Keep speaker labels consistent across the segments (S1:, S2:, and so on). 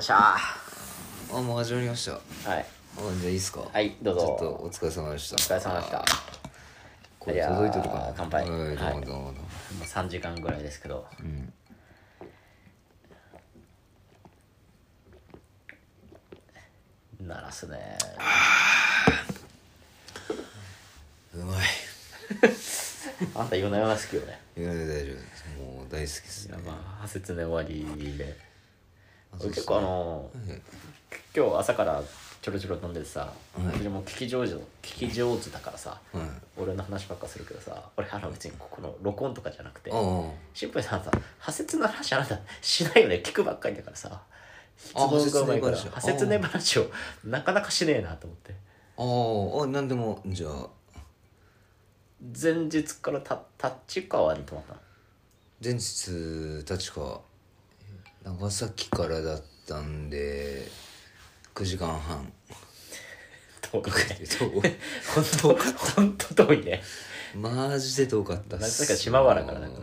S1: したは
S2: あもう始まりましたあ
S1: い
S2: じゃあいいっすか
S1: はいどうぞ
S2: ちょっとお疲れ様でした
S1: お疲れ様でした
S2: これ届いてるか
S1: いや
S2: な
S1: ー乾杯
S2: はいどう
S1: はい
S2: もどうもどうも
S1: 3時間ぐらいですけど
S2: うん
S1: 鳴らすね
S2: うまい
S1: あんた夜な夜な好きよね
S2: いや大丈夫ですもう大好きですね
S1: まあ説明終わりで
S2: あ
S1: 俺結構あのー今日朝からちょろちょろ飲んでてさ、
S2: はい
S1: でも聞き上手聞き上手だからさ、
S2: はい
S1: 俺の話ばっかするけどさ俺あの別にここの録音とかじゃなくて
S2: あ
S1: シンプルさんさ破説の話あなたしないよね聞くばっかりだからさ
S2: あ
S1: 失望が多いから
S2: 破説の話
S1: 破説ね話をなかなかしねえなと思って
S2: あああなんでもじゃあ
S1: 前日からた立川に泊まったの
S2: 前日確か長崎からだったんで9時間 半
S1: 遠く
S2: え
S1: ね
S2: っと
S1: 本当 本当遠いね
S2: マジで遠かったっ
S1: 長崎は島原からだから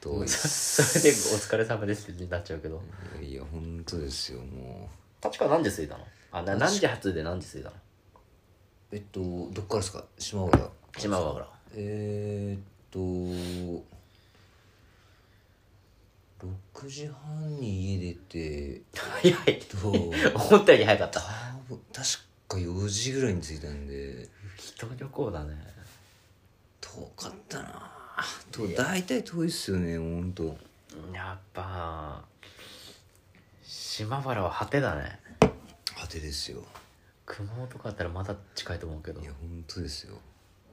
S2: 遠いっ
S1: そ
S2: す
S1: れでお疲れ様ですってなっちゃうけど
S2: いやいや本当ですよも
S1: 立川何時着いたのあな何時発で何時着いたの
S2: うえっとどっからですか島原
S1: 島川から
S2: えー、っと6時半に家出て
S1: 早い
S2: と多分
S1: 思ったより早かった
S2: 確か4時ぐらいに着いたんで
S1: 人旅行だね
S2: 遠かったなと大体遠いっすよねほんと
S1: やっぱ島原は果てだね
S2: 果てですよ
S1: 熊本とかだったらまだ近いと思うけど
S2: いやほんとですよ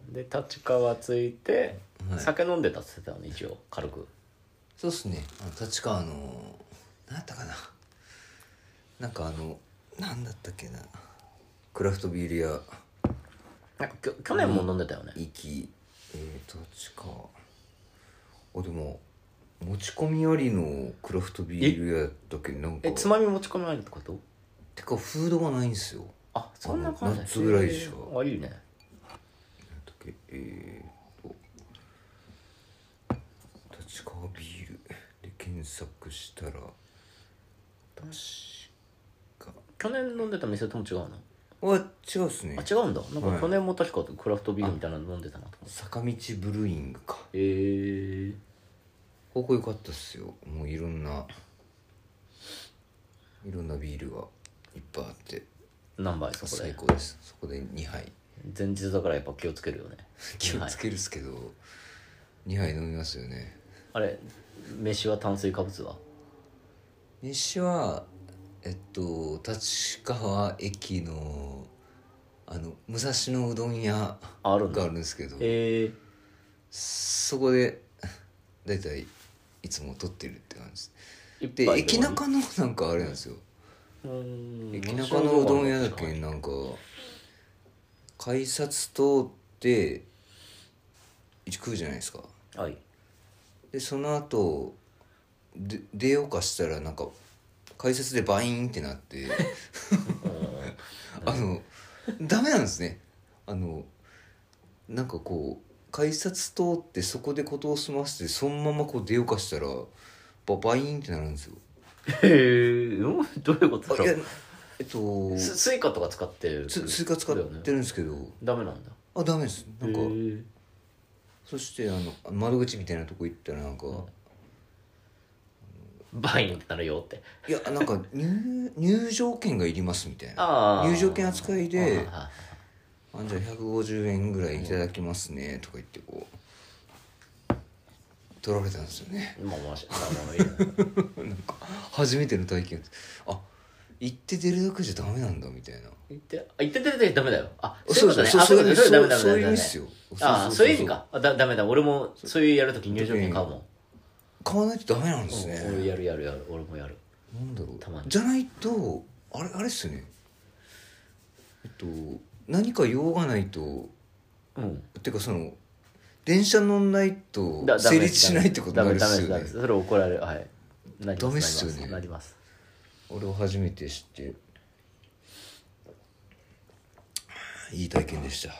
S1: で立川着いて、
S2: はい
S1: 酒飲んでたって言ってたのね一応軽く
S2: そうっすねあの立川の何やったかななんかあの何だったっけなクラフトビール屋
S1: なんかきょ去年も飲んでたよね、
S2: 行きえー、と立川あでも持ち込みありのクラフトビール屋だったっけなんか
S1: えつまみ持ち込みあるってこと
S2: てかフードがないんですよ
S1: あそんな感じ
S2: あの夏ぐらいでしょ
S1: えーあいいね
S2: なんだっけえー、と立川ビールで検索したら確か
S1: 去年飲んでた店とも違うの
S2: あ違うっすね
S1: あ違うんだなん
S2: は
S1: か
S2: い
S1: 去年も確かクラフトビールみたいなの飲んでたなと思って
S2: 坂道ブルーイングか
S1: へえ
S2: ここ良かったっすよもういろんないろんなビールがいっぱいあって
S1: 何杯そこ
S2: 最
S1: で
S2: 高ですそこで2杯
S1: 前日だからやっぱ気をつけるよね
S2: 気を
S1: はい
S2: つけるっすけど、2杯飲みますよね
S1: あれ飯は炭水化物は
S2: 西はえっと立川駅のあの武蔵野うどん屋
S1: ああるんだ
S2: があるんですけど
S1: え
S2: そこで大体いつも取ってるって感じ
S1: ー、一
S2: で
S1: 杯
S2: 駅中のなんかあれなんですよ
S1: うーん
S2: 駅中のうどん屋だっけなんか改札通って食うじゃないですか
S1: はい
S2: でその後で出ようかしたらなんか解説でバインってなって あのダメなんですねあのなんかこう改札通ってそこで事を済ませてそのままこう出ようかしたらババインってなるんですよ
S1: へえどういうこと
S2: あ
S1: だ
S2: いや
S1: ろ
S2: えっと
S1: うススイカとか使ってる
S2: ススイカ使って
S1: だよね
S2: るんですけど、
S1: ダメなんだ
S2: あダメですなんか
S1: へー
S2: そしてあの窓口みたいなとこ行ったらなんか、
S1: バインってなるよって
S2: いやなんか入入場券がいりますみたい
S1: あ
S2: な
S1: ー
S2: 入場券扱いで
S1: ああ
S2: あじゃあ150円ぐらいいただきますねとか言ってこう取られたんですよね
S1: まあまあしまあまあいい ね
S2: なんか初めての体験あ行って出るだけじゃダメなんだみたいな
S1: 言ってあ言ってててダメだよあ
S2: そう
S1: い
S2: そ
S1: こと
S2: う
S1: ねあ
S2: そうそう
S1: そう
S2: そう
S1: ダメダメダメ
S2: そうい
S1: ダ
S2: う意味
S1: メ
S2: っすよ
S1: ああそういう意味かあだダメだ俺もそういうやるとき入場券買うもん
S2: 買わないとダメなんです
S1: うん俺
S2: ね
S1: やるやるやる俺もやる
S2: なんだろう
S1: たまに
S2: じゃないとあれあれっすよねえっと何か用がないと
S1: うん
S2: てかその電車乗んないと
S1: だダメ
S2: 成立しないってことになるっすよ
S1: ダメダメダメ
S2: ね
S1: ですそれ怒られるはいなります
S2: ダメっすよね
S1: なります
S2: 俺を初めて知っていい体験でした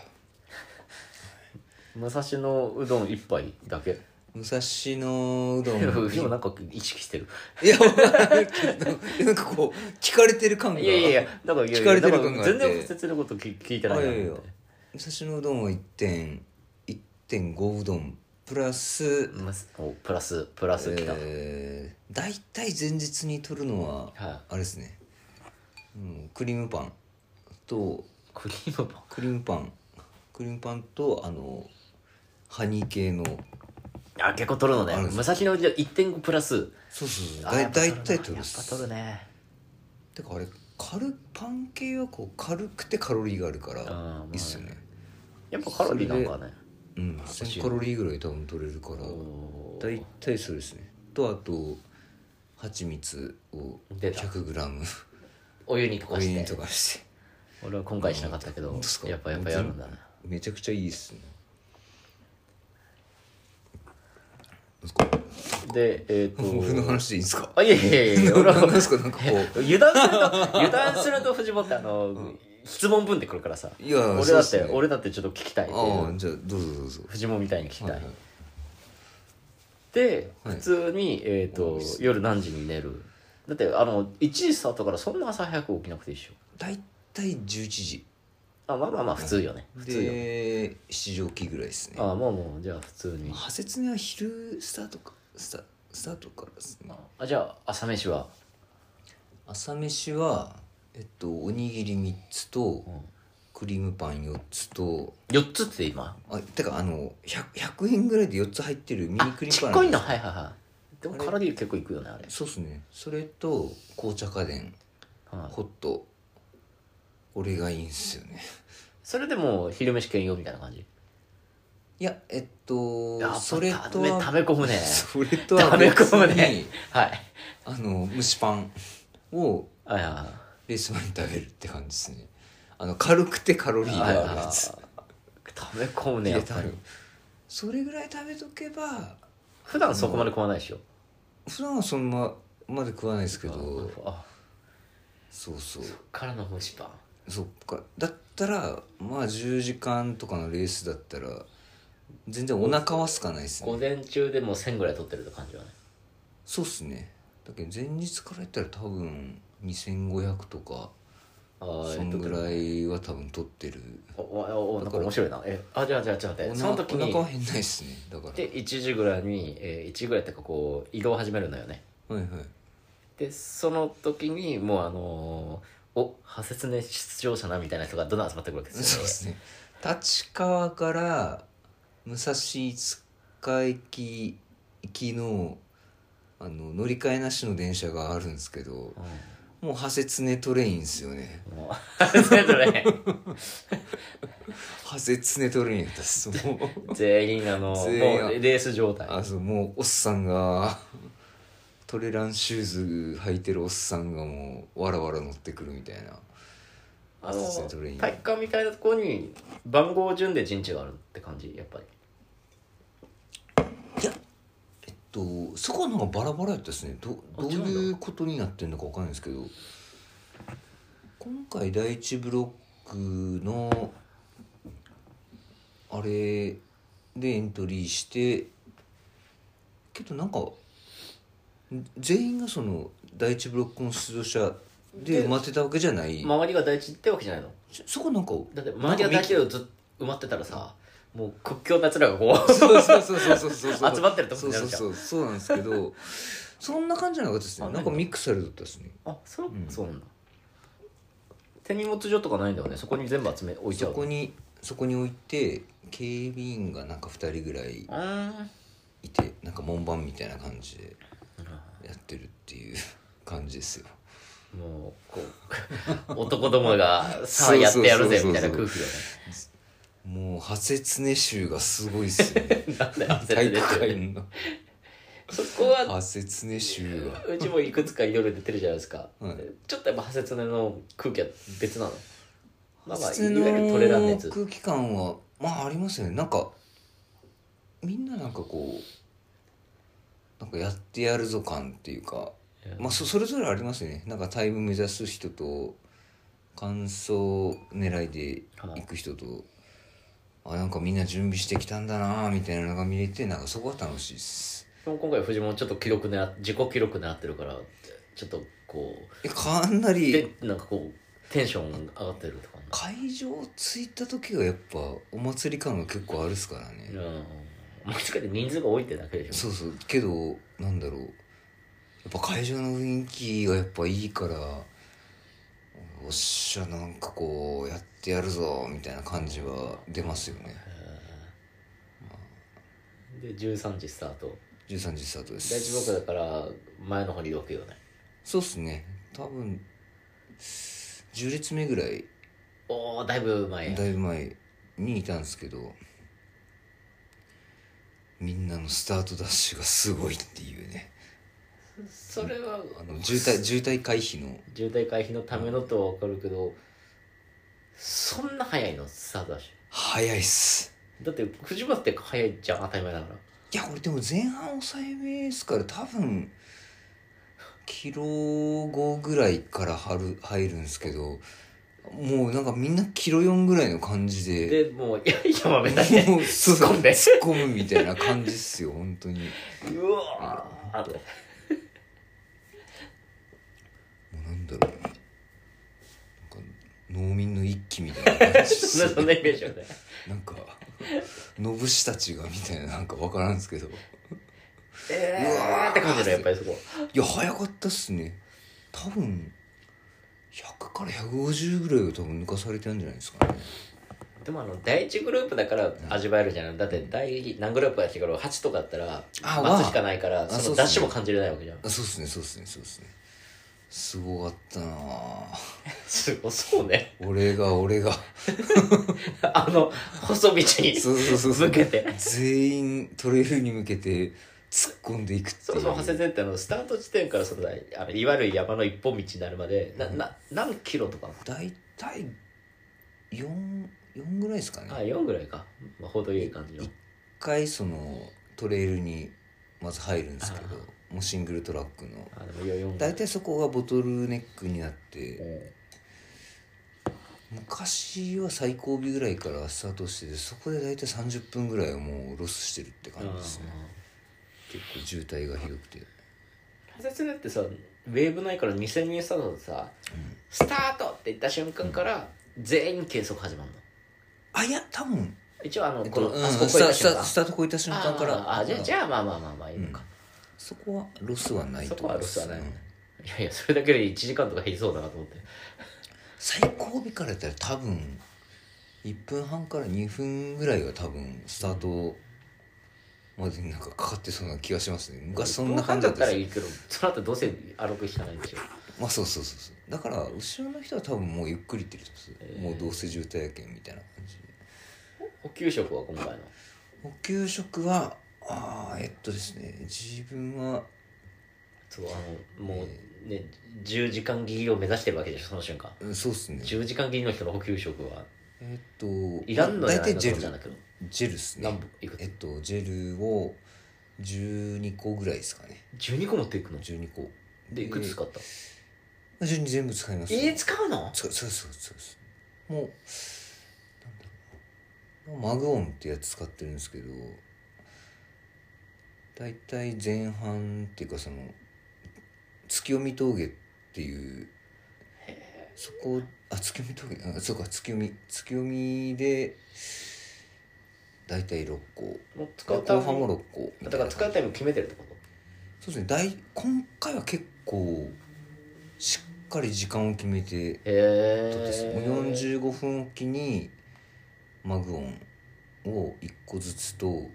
S1: 武蔵野うどん一杯だけ
S2: 武蔵野うど んに
S1: 今なんか意識してる
S2: いやわかんないけどなんかこう聞かれてる感が
S1: いやいやいやだからいやい
S2: 聞か
S1: や
S2: れて
S1: だ
S2: る
S1: から
S2: 感があっ
S1: 全
S2: て
S1: 然普通のこと聞聞いてない
S2: あ
S1: ない
S2: やいや武蔵野うどんは1点1.5うどんプラス
S1: まおプラスプラスきた、
S2: えー、大体前日に取るのは
S1: はい
S2: あれですね、うん、クリームパンと
S1: クリームパン
S2: クリームパンクリームパンとあのハニー系の
S1: あ結構取るのね
S2: あるんです
S1: 武蔵野うどん1.5プラス
S2: そうそうそう
S1: あや
S2: だ
S1: っぱ
S2: 大
S1: 取るな
S2: 体取る
S1: や
S2: っ
S1: っぱ
S2: す
S1: 取るね
S2: てかあれ軽パン系はこう軽くてカロリーがあるから
S1: あー
S2: いいっすよね
S1: やっぱカロリーなんかね
S2: うん
S1: そう
S2: 1000カロリーぐらい多分取れるから
S1: おー
S2: 大体そうですねとあと蜂蜜を
S1: 出た
S2: 100g
S1: お湯に溶
S2: お
S1: かし
S2: 湯
S1: て
S2: にとかして
S1: 俺は今回しなかったけど
S2: 本当っすか
S1: やっぱやっぱやるんだね
S2: めちゃくちゃいいっすね
S1: でえっ、
S2: 僕の
S1: と
S2: 話でいいですか
S1: あいやいやいや 俺は
S2: 何ですかなんかこう
S1: 油断すると油断すると藤本ってあの、質問文ってくるからさ
S2: いや
S1: 俺
S2: そう
S1: だ
S2: っ
S1: っ
S2: す
S1: て
S2: ね
S1: 俺だってちょっと聞きたい
S2: ああじゃあどうぞどうぞ
S1: 藤本みたいに聞きたい、
S2: はいはい
S1: で
S2: はい
S1: 普通に、えー、と夜何時に寝るだってあの1時スタートからそんな朝早く起きなくていいっしょ
S2: 大体11時
S1: あまあまあまあ普通よね普通よ
S2: で7時起きぐらいですね
S1: あまあもうじゃあ普通に
S2: 派切には昼スタートかスタスタートからですね
S1: あじゃあ朝飯は
S2: 朝飯はえっとおにぎり3つと
S1: ん
S2: クリームパン4つと
S1: 4つって今
S2: あてかあの 100, 100円ぐらいで4つ入ってるミニ
S1: あ
S2: クリーム
S1: ち
S2: パ
S1: っ
S2: ン
S1: こい
S2: な
S1: の
S2: んです
S1: はいはいはいでもカロリー結構いくよねあれ
S2: そうっすねそれと紅茶家電
S1: はい
S2: ホット俺がいいんすよね
S1: それでもう昼飯券よみたいな感じ
S2: いやえっ
S1: やっ
S2: と
S1: ぱ
S2: それとは
S1: ためため込むね
S2: それとは
S1: 食べ
S2: 別
S1: 込むね
S2: に
S1: はい
S2: あの蒸しパンを
S1: はいは
S2: レース前に食べるって感じですねあの軽くてカロリー
S1: い
S2: が
S1: は
S2: あ
S1: い
S2: る
S1: はい
S2: やつ
S1: 食べ込むね
S2: 入
S1: や
S2: れ
S1: ってぱ
S2: あ
S1: り
S2: るそれぐらい食べとけば
S1: 普段そこまで食わないでしょ
S2: 普段はそんなまで食わないですけ
S1: あ
S2: ど
S1: あ
S2: そうそう
S1: からの蒸しパン
S2: そっかだったらまあ10時間とかのレースだったら全然お腹は空かないです
S1: 午
S2: ね
S1: 前中でもう1000ぐらい取ってるって感じはね
S2: そうっすねだけど前日から言ったら多分2500とか
S1: あ
S2: そんぐらいは多分取ってる
S1: おおおなんか面白いなえあじゃあじゃあちょっと待ってその時
S2: お腹は
S1: に
S2: 変ないっすねだから
S1: で1時ぐらいに、えー、1時ぐらいっていうかこう移動始めるのよね
S2: はいはい
S1: でその時にもうあのー、お破説ね出場者なみたいな人がどんどん集まってくるわけです
S2: そ
S1: よ
S2: う
S1: ね
S2: ですね立川から武蔵塚駅行きのあの乗り換えなしの電車があるんですけどもう破切ねトレインですよね
S1: うんもうそれぞれ
S2: 破切ねトレインやったっす も う
S1: 全員あの
S2: 全員
S1: もうレース状態
S2: あそうもうおっさんがトレランシューズ履いてるおっさんがもうわらわら乗ってくるみたいな
S1: あの
S2: そうですねトレイン
S1: 体育館みたいなところに番号順で陣地があるって感じやっぱり
S2: えっとそこはなんかバラバラやったですねど
S1: あ
S2: どう
S1: 違う
S2: い
S1: ん
S2: うことになってるのかわかんないですけど今回第一ブロックのあれでエントリーしてけどなんかん全員がその第一ブロックの出場者で
S1: で
S2: 埋まってたわけじゃない
S1: 周りが第一ってわけじゃないの
S2: そそこなんか
S1: だって周りが第一をずっと埋まってたらさもう屈強な奴らがこう
S2: そうそうそうそうそうそうそう
S1: 集まってるとこ
S2: そう
S1: にな
S2: そう
S1: るじゃん
S2: そうそうなんですけどそんな感じじゃなかったですね
S1: あ
S2: なんかミックスされとったですね
S1: あそう,、
S2: ん
S1: そうなんだ手荷物所とかないんだよねそこに全部集め置いちゃ
S2: そうこにそこに置いて警備員がなんか2人ぐらいう
S1: ーん
S2: いてなんか門番みたいな感じでやってるっていう 感じですよ
S1: もうこう 男どもがさあやってやるぜ
S2: そう
S1: み
S2: そ
S1: た
S2: う
S1: い
S2: そ
S1: な
S2: うそう
S1: 空気よ
S2: もう破切ね臭がすごいっすよ ね
S1: ねなんだよ説
S2: 体
S1: 明
S2: 育
S1: する
S2: 会の
S1: そこは
S2: 破切ね臭が
S1: うちもいくつか夜出てるじゃないですか、
S2: はい
S1: ちょっとやっぱ派切の空気は別なのまあまあ
S2: 破
S1: い
S2: 切
S1: わゆるトレラン
S2: の
S1: 熱
S2: 空気感はまあありますよねなんかみんななんかこうなんかやってやるぞ感っていうかまあ、そそれぞれありますよねなんかタイム目指す人と完走狙いで行く人とあなんかみんな準備してきたんだなみたいなのが見れてなんかそこは楽しいです
S1: でも今回藤本ちょっと記録狙っ自己記録狙ってるからちょっとこ
S2: えかな
S1: う
S2: り
S1: でなんかこうテンション上がってるとかね
S2: 会場着いた時がやっぱお祭り感が結構あるっすからね
S1: うんもしかして人数が多いってだけでしょ
S2: そうそうけどなんだろうやっぱ会場の雰囲気がやっぱいいからおっしゃなんかこうやってやるぞみたいな感じは出ますよね
S1: で13時スタート
S2: 13時スタートです
S1: 大丈夫だから前の方にどくよね
S2: そうっすね多分10列目ぐらい
S1: おおだいぶ前や
S2: だいぶ前にいたんですけどみんなのスタートダッシュがすごいっていうね
S1: それは
S2: あの渋滞渋滞回避の
S1: 渋滞回避のためのとは分かるけどそんな早いのスタートだし
S2: 早いっす
S1: だって藤本って早いじゃん当たり前だから
S2: いやこれでも前半抑えめですから多分キロ5ぐらいから入る入るんですけどもうなんかみんなキロ4ぐらいの感じで
S1: でもういや山辺だ ね
S2: もうそう
S1: 突っ込んで
S2: 突っ込むみたいな感じっすよ本当にも
S1: うわーって
S2: うなんだろうなんか農民の一揆みたいな感じっすよ
S1: そんなイメージよね
S2: なんかのぶしたちがみたいななんか分からんですけど
S1: え
S2: うわ
S1: ー
S2: ー
S1: って感じだやっぱりそこ
S2: いや早かったっすね多分100から150ぐらいは多分抜かされてるんじゃないですかね
S1: でもあの第一グループだから味わえるじゃないだって第何グループだったけど8とかだったら
S2: あ
S1: 待つしかないから
S2: あ
S1: そ
S2: そう
S1: の
S2: っすね
S1: ダッシュも感じれないわけじゃん
S2: あそうっすねそうっすねそうっすねすごかったなあ
S1: すごそうね
S2: 俺が俺が
S1: あの細道に
S2: そうそうそうそう
S1: 向けて
S2: 全員トレイルに向けて突っ込んでいくっていう
S1: そうそう長谷川ってあのスタート地点からそのあのいわゆる山の一本道になるまでなな何キロとか
S2: 大体44ぐらいですかね
S1: あ4ぐらいか、まあ、程よい感じの
S2: 一回そのトレイルにまず入るんですけど
S1: あ
S2: もうシングルトラックの
S1: あでも4ぐら
S2: 大
S1: い
S2: 体そこがボトルネックになって昔は最後尾ぐらいからスタートしててそこで大体30分ぐらいはもうロスしてるって感じですね結構渋滞がひどくて
S1: 長谷川ってさウェーブないから2000人スタートでさ、スタートって言った瞬間から全員計測始まるの
S2: あいや多分、
S1: 一応あの、
S2: えっ
S1: ことの、
S2: うん、
S1: あそこ
S2: ス
S1: 越え
S2: タ
S1: た
S2: ス
S1: 瞬間
S2: タスタート越えた瞬間から
S1: あーあーじゃあじゃあまあまあまあまあいいのか、
S2: そこはロスはない
S1: そ
S2: と
S1: こはロスはない、
S2: うん
S1: いやいやそれだけで1時間とか減りそうだなと思って
S2: 最後尾からやったら多分1分半から2分ぐらいは多分スタートまでになんかかかってそうな気がしますね昔そんな感じ
S1: だ
S2: だっ
S1: ったた
S2: で
S1: ら
S2: す
S1: いいけどその後どうせ歩くしかないんでしょ
S2: まあそうそうそうそうだから後ろの人は多分もうゆっくりって言ってます、
S1: えー
S2: もうどうせ渋滞やけんみたいな感じで
S1: お給食は今回の
S2: お給食はああえっとですね自分は
S1: そうあのもうね10時間切りを目指してるわけでしょその瞬間
S2: うんそうっすね
S1: 10時間切りの人の補給食は
S2: えっと
S1: いらんのじゃ
S2: 大
S1: ない
S2: 体
S1: の
S2: ジ
S1: と思
S2: ェ
S1: ったんだ
S2: ル
S1: けど
S2: ジェルっすね
S1: 何本いくつ
S2: えっとジェルを12個ぐらいですかね
S1: 12個持っていくの
S2: 12個
S1: でいくつ使った
S2: 順に全部使います
S1: えー、使うの
S2: そうそうそうそうそうもうなんだろうなマグオンってやつ使ってるんですけど大体前半っていうかその月読み峠っていうそこあ月読み峠あそうか月読み月読みで大体6個
S1: もう使
S2: 後
S1: うタイ
S2: 半
S1: ム
S2: も6個
S1: だ
S2: みたい
S1: か
S2: な
S1: ら使うタイム決めてるってこと
S2: そうですね大今回は結構しっかり時間を決めて
S1: へ
S2: そうです
S1: え
S2: もう45分おきにマグオンを1個ずつと、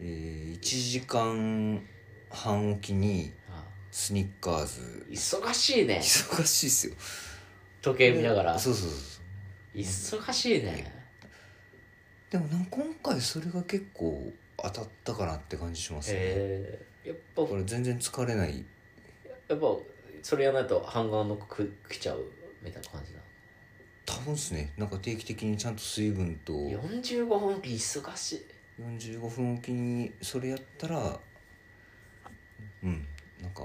S2: えー1時間半おきに
S1: あ
S2: スニッカーズ
S1: 忙しいね
S2: 忙しいっすよ
S1: 時計見ながら
S2: そうそうそうそう
S1: 忙しいね
S2: でもなんか今回それが結構当たったかなって感じしますね、
S1: へえやっぱ
S2: これ全然疲れない
S1: やっぱそれやらないと半顔のく来ちゃうみたいな感じだ
S2: 多分っすねなんか定期的にちゃんと水分と
S1: 45分き忙しい
S2: 45分おきにそれやったらうんなんか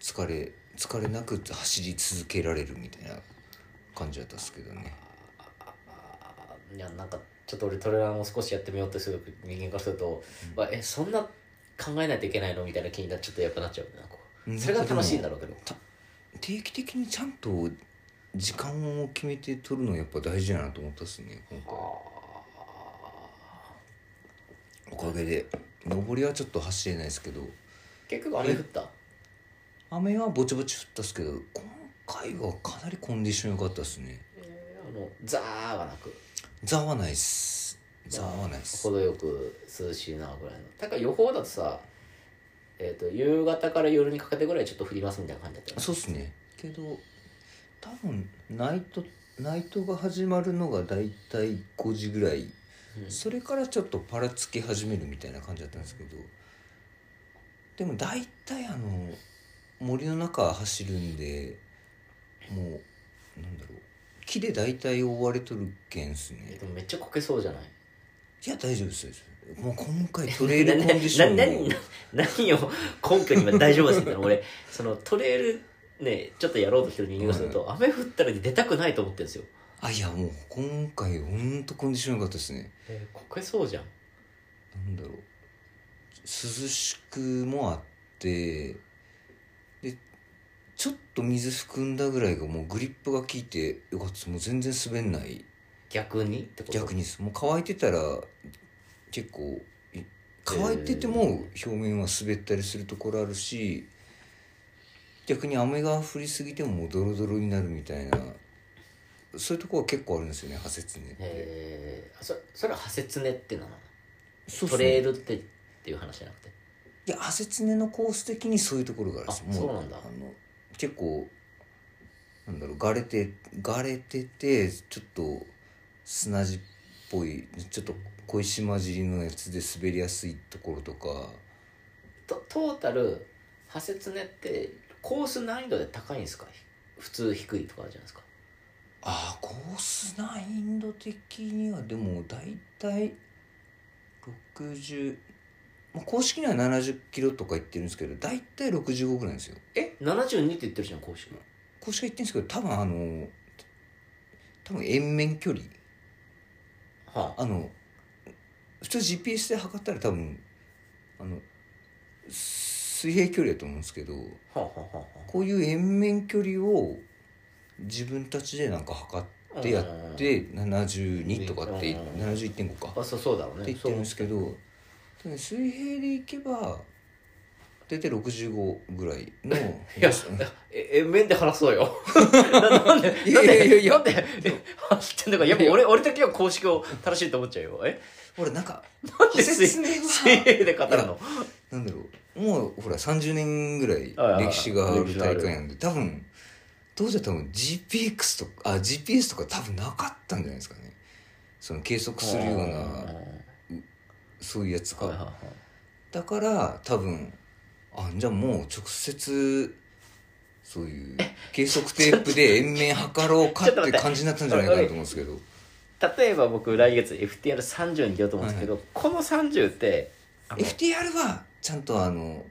S2: 疲れ疲れなく走り続けられるみたいな感じだったっすけどね
S1: あいやなんかちょっと俺トレーラーも少しやってみようってすごく人間からすると、わえそんな考えないといけないのみたいな気になっちょっとやっぱなっちゃうよねなんか
S2: うん
S1: それが楽しいんだろうけど
S2: 定期的にちゃんと時間を決めて取るのやっぱ大事だなと思ったっすね今回おかげで上りはちょっと走れないですけど
S1: 結局雨降った
S2: 雨はぼちぼち降ったっすけど今回はかなりコンディション良かったっすね
S1: えーあのザーはなく
S2: ざわないっすざわないっす
S1: 程よく涼しいなぐらいのだから予報だとさえっ、と夕方から夜にかけてぐらいちょっと降りますみたいな感じだったよね
S2: そうっすねけど多分ナイトナイトが始まるのが大体5時ぐらい、それからちょっとパラつき始めるみたいな感じだったんですけどでも大体あの森の中走るんでもうなんだろう木で大体覆われとるけんっす
S1: え
S2: ね
S1: でもめっちゃこけそうじゃない
S2: いや大丈夫です大丈夫ですもう今回トレイルコンディシ
S1: なな
S2: ョンも
S1: な何を根拠に今大丈夫ですみたいな俺そのトレイルねちょっとやろうとしてる人間がすると、雨降ったら出たくないと思ってるんですよ、
S2: あいやもう今回ほんとコンディション良かったですね
S1: えーこけそうじゃん
S2: なんだろう涼しくもあってでちょっと水含んだぐらいがもうグリップが効いてよかったですもう全然滑んない
S1: 逆にってこと
S2: 逆にですもう乾いてたら結構い乾いてても表面は滑ったりするところあるし逆に雨が降りすぎてももうドロドロになるみたいなそういうところは結構あるんですよね派切ねって
S1: えー、あそそれは破切ねってなの
S2: そう
S1: ト
S2: そう
S1: レイルってっていう話じゃなくて
S2: いやアセツネのコース的にそういうところがあるんです
S1: あ
S2: も
S1: そうなんだ
S2: あの結構なんだろうがれてがれててちょっと砂地っぽいちょっと小石混じりのやつで滑りやすいところとか
S1: とトータル破切ねってコース難易度で高いんですか普通低いとかあるじゃないですか
S2: ああコース難易度的にはでも大体60、まあ、公式には70キロとか言ってるんですけど大体65ぐらいなんですよ
S1: え72って言ってるじゃん公式
S2: 公式は言ってるんですけど多分あの多分延面距離
S1: はあ
S2: あの普通 GPS で測ったら多分あの水平距離だと思うんですけど
S1: はあはあは
S2: こういう円面距離を自分たちでなんか測
S1: あ
S2: ってやって72とかって
S1: うん
S2: 71.5か
S1: あそうそうだろう
S2: っ
S1: ね
S2: て言ってるんですけ
S1: そう
S2: ど多分水平でいけば大体65ぐらいの
S1: いや ええ面で話そう よななんで
S2: いやいやいやいや
S1: なんでなんでえ走ってんだからやっぱ俺俺だけは公式を正しいと思っちゃうよえ
S2: ほらなんか
S1: なんで水
S2: 説明
S1: 水
S2: は
S1: 泳で語るの
S2: なんだろうもうほら30年ぐら
S1: はいはい
S2: い歴史がある大会なんで多分当時は多分 GPX とかあ GPS とか多分なかったんじゃないですかねその計測するようなそういうやつ
S1: はいはい
S2: が
S1: はい
S2: だから多分あじゃあもう直接そういう計測テープで延命測ろうかっていう感じになったんじゃないかなと思うんですけど
S1: 例えば僕来月 FTR30 に出ようと思うんですけど、この30ってあの
S2: FTR はちゃんとあの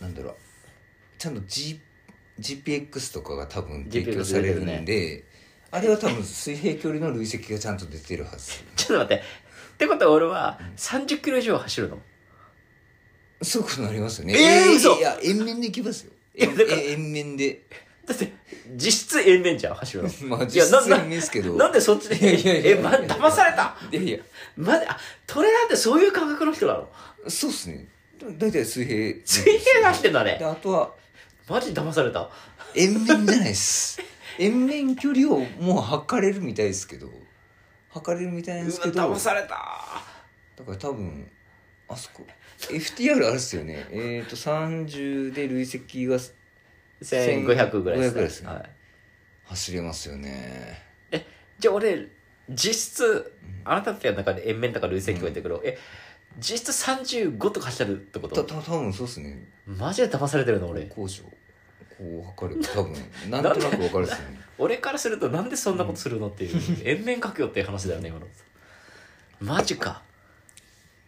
S2: なんだろうちゃんと、G、GPX とかが多分提供されるんで
S1: GPX
S2: あれは多分水平距離の累積がちゃんと出てるはず
S1: ちょっと待ってってことは俺は30キロ以上走るの
S2: そういうことになりますよね
S1: えー嘘
S2: いやいや延面でいきますよえ
S1: やだから
S2: え延面で
S1: だって実質延面じゃん走るの
S2: まあ
S1: いや
S2: 実
S1: な
S2: 際延面ですけど
S1: ななんでそっちで
S2: いやいやいや
S1: えま騙された
S2: いやいや
S1: まだあトレーラーってそういう感覚の人なの
S2: そうっすねでも大体水平
S1: 水平で走ってんだ
S2: で
S1: ね
S2: あとは
S1: マジ騙された
S2: 延面じゃない っす延面距離をもう測れるみたいですけど測れるみたいなんですけど
S1: うわ騙された
S2: だから多分あそこ FTR あるっすよねえっ、ー、と30で累積が
S1: 1500ぐらい
S2: 1500ぐらいですね
S1: はい、
S2: 走れますよね
S1: じゃあ俺実質あなたたちの中で延面とか累積を言ってくる、え実質35とか走ってるってこ
S2: た
S1: と
S2: た多分そうっすね
S1: マジで騙されてるの俺
S2: 高所こう測る多分なんとなく分かるっすよね
S1: 俺からするとなんでそんなことするのっていう延面書くよっていう話だよね今のマジか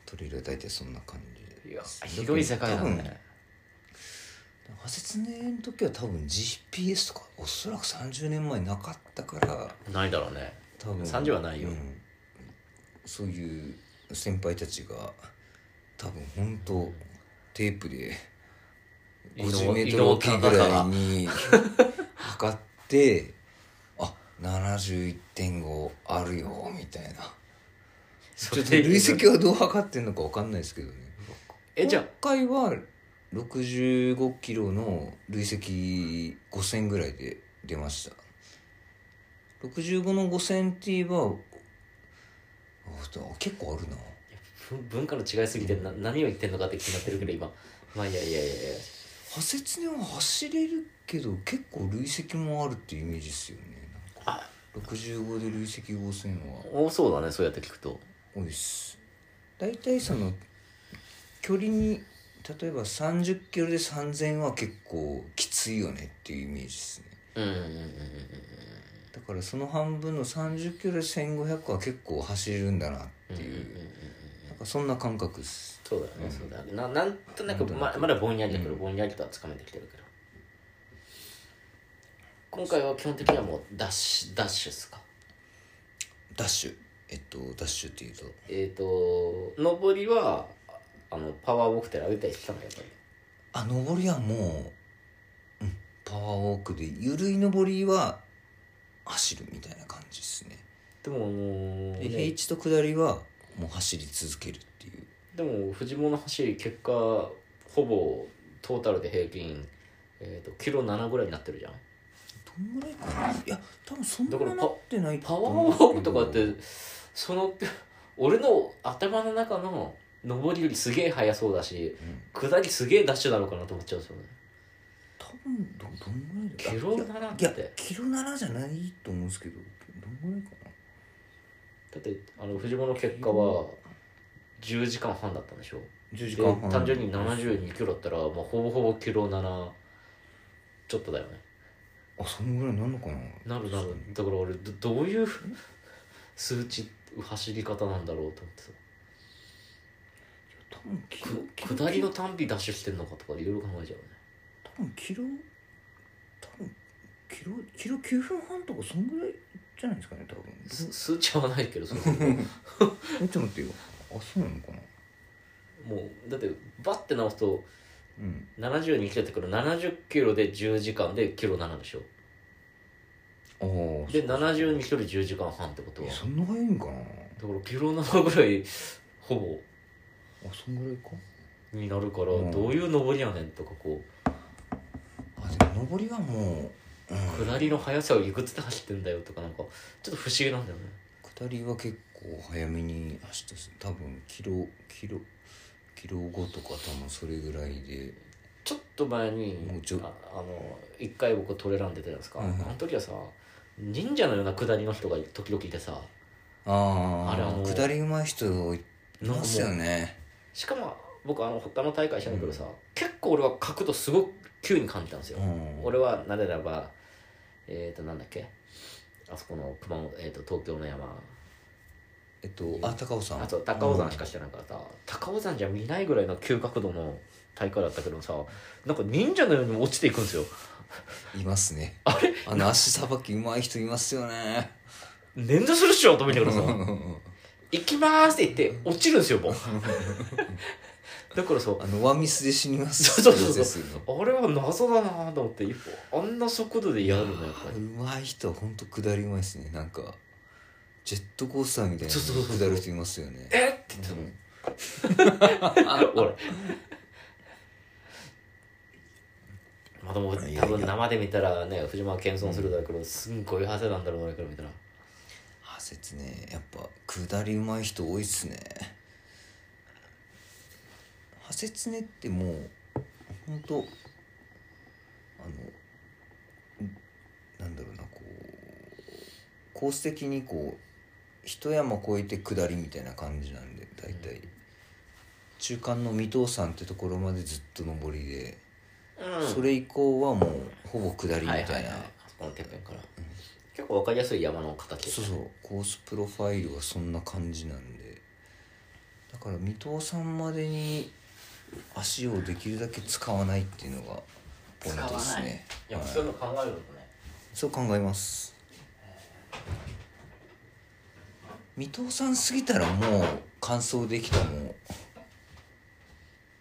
S2: トレイルは大体そんな感じ
S1: いや広い世界だね
S2: 派説年の時は多分 GPS とかおそらく30年前なかったから
S1: ないだろうね
S2: 多分
S1: 30はないよ
S2: うんそういう先輩たちが多分本当テープで
S1: 移動
S2: 50メートルおきぐらいに測ってあ71.5あるよみたいな
S1: そ
S2: ちょ
S1: れ
S2: っと
S1: で
S2: 累積はどう測ってんのか分かんないですけどね
S1: えじゃあ
S2: 今回は65キロの累積5000ぐらいで出ました65の5000って言えばあ結構あるな
S1: 文文化の違いすぎてな何を言ってんのかって気になってるけど今まあいやいやいやいや
S2: 破雪には走れるけど結構累積もあるっていうイメージですよねなんか
S1: あ
S2: 65で累積5000は
S1: 多そうだねそうやって聞くと
S2: 多いっす大体その距離に例えば3 0キロで3000は結構きついよねっていうイメージですね
S1: うんうんうんうんうん
S2: だからその半分の3 0キロで1500は結構走れるんだなっていう,、
S1: うんうんうん
S2: なんかそんな感覚っす
S1: そうだよね、そうだよねななんとなくままだぼんやりだけど、ぼんやりとはつかめてきてるけど今回は基本的にはもうダッシュダッシュっすか
S2: ダッシュえっとダッシュっていうと
S1: えっ、ー、と上りはあのパワーウォークテラ上げたりしたのやっぱり
S2: あ登りはもう、うん、パワーウォークで緩い登りは走るみたいな感じですね
S1: でもあのーね
S2: で平地と下りはもう走り続けるっていう
S1: でも藤本の走り結果ほぼトータルで平均、えー、とキロ7ぐらいになってるじゃん
S2: どんぐらいかないや多分そんな
S1: だからパ
S2: なってない
S1: パ
S2: と
S1: ワー
S2: 思
S1: ウォ
S2: うんですけど
S1: ークとかってその 俺の頭の中の上りよりすげえ速そうだし
S2: うん
S1: 下りすげえダッシュだろうかなと思っちゃうんですよね
S2: 多分どどんぐらいだ
S1: キロ7って
S2: いやいやキロ7じゃないと思うんですけどどんぐらいかな
S1: だってあの藤本の結果は10時間半だったんでしょ
S2: 10時
S1: で
S2: 間半
S1: 単純に72キロだったら、まあ、ほぼほぼキロ7ちょっとだよね
S2: あそんぐらいなんのかな
S1: なるなるだから俺どどういう 数値走り方なんだろうと思ってさ
S2: 多分キロキ
S1: く
S2: ロ
S1: 下りのたんびダッシュしてんのかとかいろいろ考えちゃうね
S2: 多分キロ多分キロキロ9分半とかそんぐらいじゃないですかね多分
S1: す数値はないけ どその
S2: えちょっと待ってよあそうなのかな
S1: もうだってバッて直すと
S2: うん
S1: 72キロってくる70キロで10時間でキロ7でしょ
S2: ああ
S1: で72キロで10時間半ってことは
S2: え
S1: だか
S2: そんな早いんかな
S1: らキロ7ぐらいほぼ
S2: あそんぐらいか
S1: になるから
S2: うん
S1: どういう上りやねんとかこう
S2: あでも上りはもう、うん、
S1: 下りの速さをいくつで走ってんだよとかなんかちょっと不思議なんだよね
S2: 下りは結構早めに走ったし多分キロキロキロ後とか多分それぐらいで
S1: ちょっと前に
S2: もうちょ
S1: ああの一回僕トレラン出てたじゃないですか、
S2: うんうん
S1: あの時はさ忍者のような下りの人が時々いてさ
S2: あ
S1: あれあの
S2: あ下りうまい人い
S1: なん
S2: ま
S1: か
S2: すよ
S1: もう
S2: ね
S1: しかも僕あの他の大会したんだけどさ、結構俺は角度すごく急に感じたんですよ、
S2: うん
S1: 俺はなぜならばえっ、ー、となんだっけあそこの熊本、えー、と東京の山
S2: えっとあ高尾さん
S1: あと高尾山しかしてないからさ、高尾山じゃ見ないぐらいの急角度の大会だったけどさなんか忍者のように落ちていくんですよ
S2: いますねあれあの足さばきうまい人います よね
S1: 捻挫するっしょと思いながらさ
S2: うんうんうん
S1: 行きますって言って落ちるんですよもうだからさ
S2: あのワンミスで死にます
S1: そうそうそう
S2: そう
S1: あれは謎だなと思って一歩あんな速度でやるのやっぱ
S2: う
S1: り
S2: まい人は本当下りうまいですねなんかジェットコースターみたいな
S1: そうそうそう
S2: 下る人いますよね
S1: えっって言ってたもん俺まあでも
S2: いやいや
S1: 多分生で見たらね藤間謙遜するだろうけどすんごい派手なんだろうな俺から見たら
S2: あ説ねやっぱ下りうまい人多いっすねハセツネってもうほんとあのんなんだろうなこうコース的にこう一山越えて下りみたいな感じなんで大体、中間の水戸山ってところまでずっと上りで、
S1: うん
S2: それ以降はもうほぼ下りみたいな、
S1: あそこのてっぺんから、結構わかりやすい山の形
S2: そうそうコースプロファイルはそんな感じなんでだから水戸さんまでに足をできるだけ使わないっていうのがポイントですね
S1: いや
S2: はい
S1: そういうの考えるとね
S2: そう考えます水戸さん過ぎたらもう完走できたもう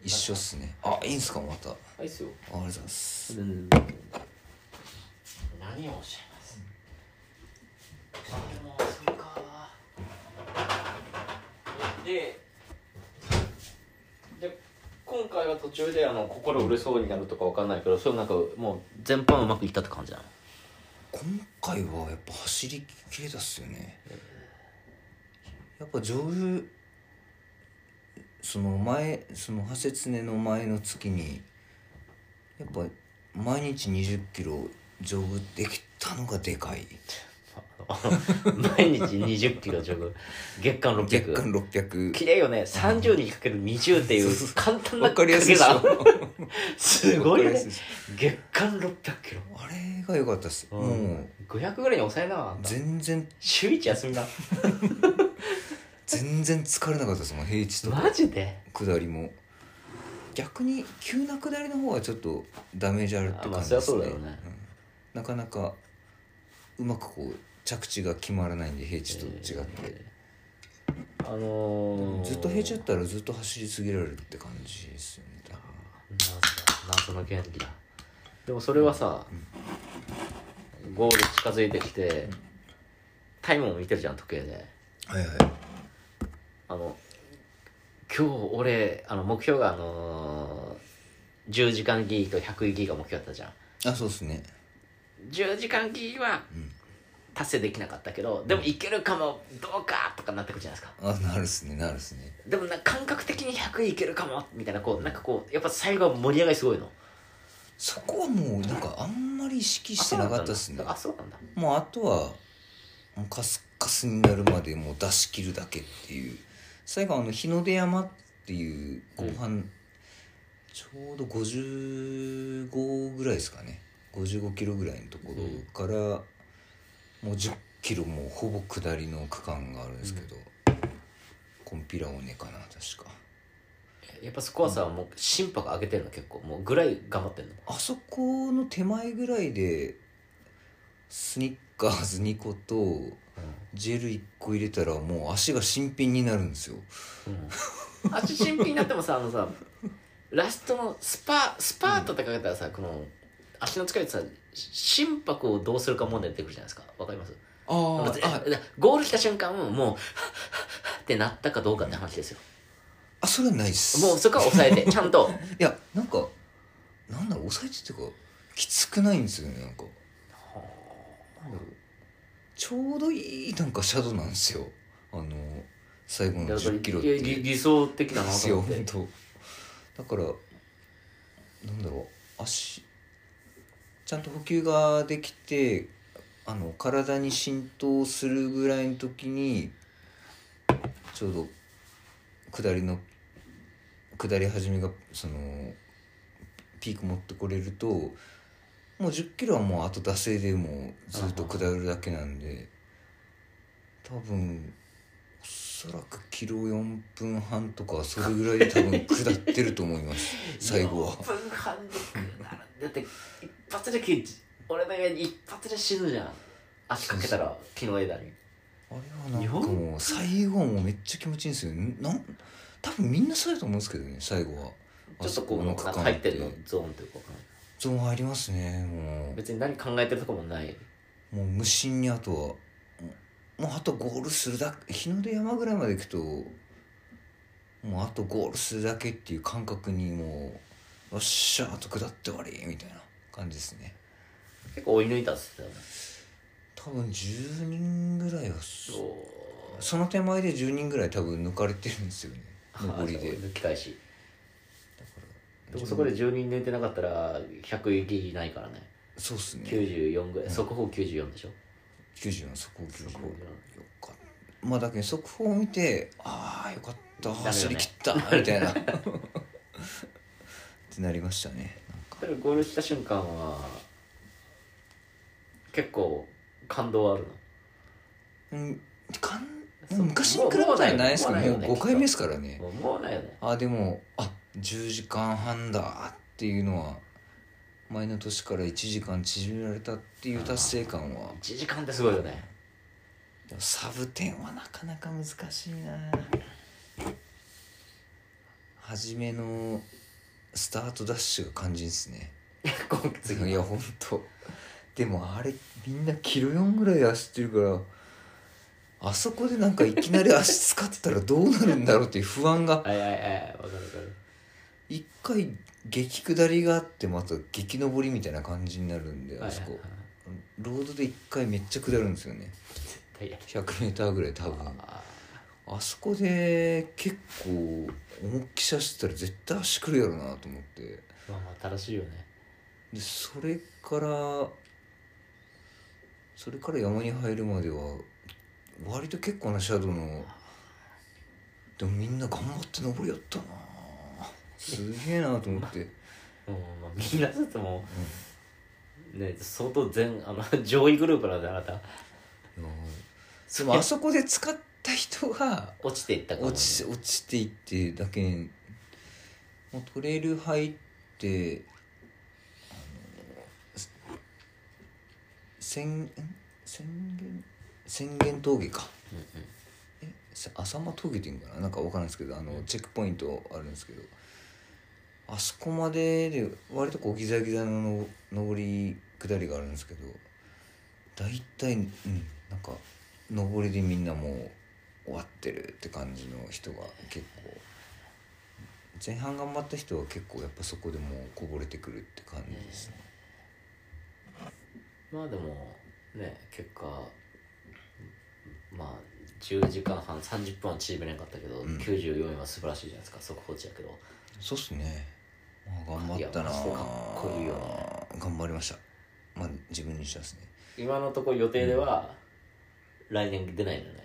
S2: 一緒っすねあいいんすかまたあ
S1: いいっすよ
S2: りがとうございます
S1: うん何をおっしゃいますでもそうかでで今回は途中であの心折れそうになるとかわかんないけどそれなんかもう全般うまくいったって感じな の
S2: 今回はやっぱ走りきれたっすよねやっぱ上手その前その長谷常の前の月にやっぱ毎日2 0キロ丈夫できたのがでかい
S1: 毎日20キロジョグ月間600
S2: 月間600
S1: 綺麗よね30にかける20っていう簡単な
S2: わかりやすいっし
S1: 掛け算
S2: ょ
S1: すごいよ
S2: わかりや
S1: ね
S2: すいっし
S1: 月間600キロ
S2: ょあれが良かったっす、
S1: う
S2: もうん
S1: 500ぐらいに抑えなあんた
S2: 全然
S1: 週一休みな
S2: 全然疲れなかったですもん平地とか
S1: マジで
S2: 下りも逆に急な下りの方はちょっとダメージあるって
S1: あまあ
S2: 感じです
S1: そ
S2: ね,、
S1: りゃそうだよね
S2: うんなかなかうまくこう着地が決まらないんで平地と違って、
S1: あのー、
S2: ずっと平地だったらずっと走り続けられるって感じですよね多分
S1: 謎の原理だでもそれはさ、ゴール近づいてきてタイムも見てるじゃん時計で
S2: はいはい
S1: あの今日俺あの目標があのー、10時間ギーと100ギーが目標だったじゃん
S2: あそうですね
S1: 10時間ギーは
S2: ん
S1: 達成できなかったけど、でもいけるかもどうかとかなってくるじゃないですか
S2: あなるっすねなるっすね
S1: でもな感覚的に100いけるかもみたいなこうなんかこうやっぱ最後は盛り上がりすごいの
S2: そこはもうなんかあんまり意識してなかったっすね
S1: あそうなんだ
S2: もうあとはもうカスカスになるまでもう出し切るだけっていう最後あの日の出山っていう後半、ちょうど55ぐらいですかね55キロぐらいのところから、もう10キロもうほぼ下りの区間があるんですけど、コンピラ尾根かな確か
S1: やっぱそこはさ、もう心拍上げてるの結構もうぐらい頑張ってんの
S2: あそこの手前ぐらいでスニッカーズ2個と、ジェル1個入れたらもう足が新品になるんですよ
S1: うん、足新品になってもさあのさラストのスパスパートってかけたらさ、この足の疲れてさ心拍をどうするか問題出てくるじゃないですかわかります
S2: あ
S1: 別に
S2: あ
S1: ゴール来た瞬間もうはっはっはっってなったかどうかって話ですよ、
S2: あそれはないっす
S1: もうそこは抑えてちゃんと
S2: いやなんかなんだろう抑えてっていうかきつくないんですよねなんかなんだろうちょうどいいなんかシャドウなんですよあの最後の
S1: やっぱり
S2: 10キロっていう
S1: 理理想的だな
S2: です
S1: と
S2: よ
S1: 思って
S2: 本当だからなんだろう足ちゃんと補給ができてあの体に浸透するぐらいの時にちょうど下りの下り始めがそのピーク持ってこれるともう1 0キロはもうあと惰性でもうずっと下るだけなんで多分おそらくキロ4分半とかそれぐらいで多分下ってると思います 最後は
S1: 4分半でなるだって一発で切る俺の上に一発で死ぬじゃん足かけたら木の枝に
S2: あれはなんかもう最後はもうめっちゃ気持ちいいんですよねなん多分みんなそうだと思うんですけどね最後は
S1: ちょっとこうなんか入ってるのゾーンというか
S2: ゾーン入りますねもう
S1: 別に何考えてるとかもない
S2: もう無心にあとはもうもうあとゴールするだけ日の出山ぐらいまで行くともうあとゴールするだけっていう感覚にもうよっしゃあと下って終わりみたいな感じですね
S1: 結構追い抜いたっすよね
S2: 多分10人ぐらいは
S1: お
S2: そその手前で10人ぐらい多分抜かれてるんですよね
S1: ー
S2: 上りで
S1: 抜き返しでもそこで10人抜いてなかったら100いきないからね
S2: そうっすね
S1: 94ぐらい速報94でしょ
S2: 90の速報記録
S1: 報
S2: よかったまあだけど速報を見てああよかった走り切ったみたいな ってなりましたねなんか
S1: それゴールした瞬間は結構感動はあるの
S2: うんかん
S1: そう
S2: もう昔に比べたらないですけど
S1: もうもうない
S2: も
S1: よ
S2: う
S1: ね
S2: 5回目ですからね
S1: もうもうないよね
S2: あでもあ10時間半だっていうのは前の年から1時間縮められたっていう達成感は
S1: 1時間ってすごいよね
S2: でもサブ点はなかなか難しいな初めのスタートダッシュが肝心ですね
S1: 今次
S2: いやほんとでもあれみんなキロ4ぐらいで走ってるからあそこでなんかいきなり足使ったらどうなるんだろうっていう不安が
S1: はいはいはいわかるわかる
S2: 一回激下りがあってまた激上りみたいな感じになるんで
S1: はいは
S2: あ
S1: い
S2: そ
S1: はい
S2: こロードで一回めっちゃ下るんですよね
S1: 絶対やる
S2: 100m ぐらい多分
S1: あ
S2: あそこで結構思いっきし走ったら絶対足くるやろなと思って
S1: ーまあまあ正しいよね
S2: でそれからそれから山に入るまでは割と結構なシャドウのでもみんな頑張って登りやったなすげえなと思って。
S1: うんまあみんなちょっともうね相当全あの上位グループなんであなた
S2: いやーでもあそこで使った人が
S1: 落ちていったから
S2: 落ち落ちていってだけにもうトレイル入ってあの宣ん宣言宣言峠か
S1: うんうん
S2: えさ浅間峠っていうんかななんか分からないですけどあのチェックポイントあるんですけどあそこまでで割とこうギザギザのの上り下りがあるんですけど大体うんなんか上りでみんなもう終わってるって感じの人が結構前半頑張った人は結構やっぱそこでもうこぼれてくるって感じですね。
S1: まあでもね結果まあ10時間半30分は縮めなかったけど、
S2: うん
S1: 94位は素晴らしいじゃないですか速報値やけど
S2: そうっすね、まあ、頑張ったない
S1: やマジでかっこいいよ
S2: 頑張りましたまあ自分にしたですね
S1: 今のところ予定では来年出ないのね、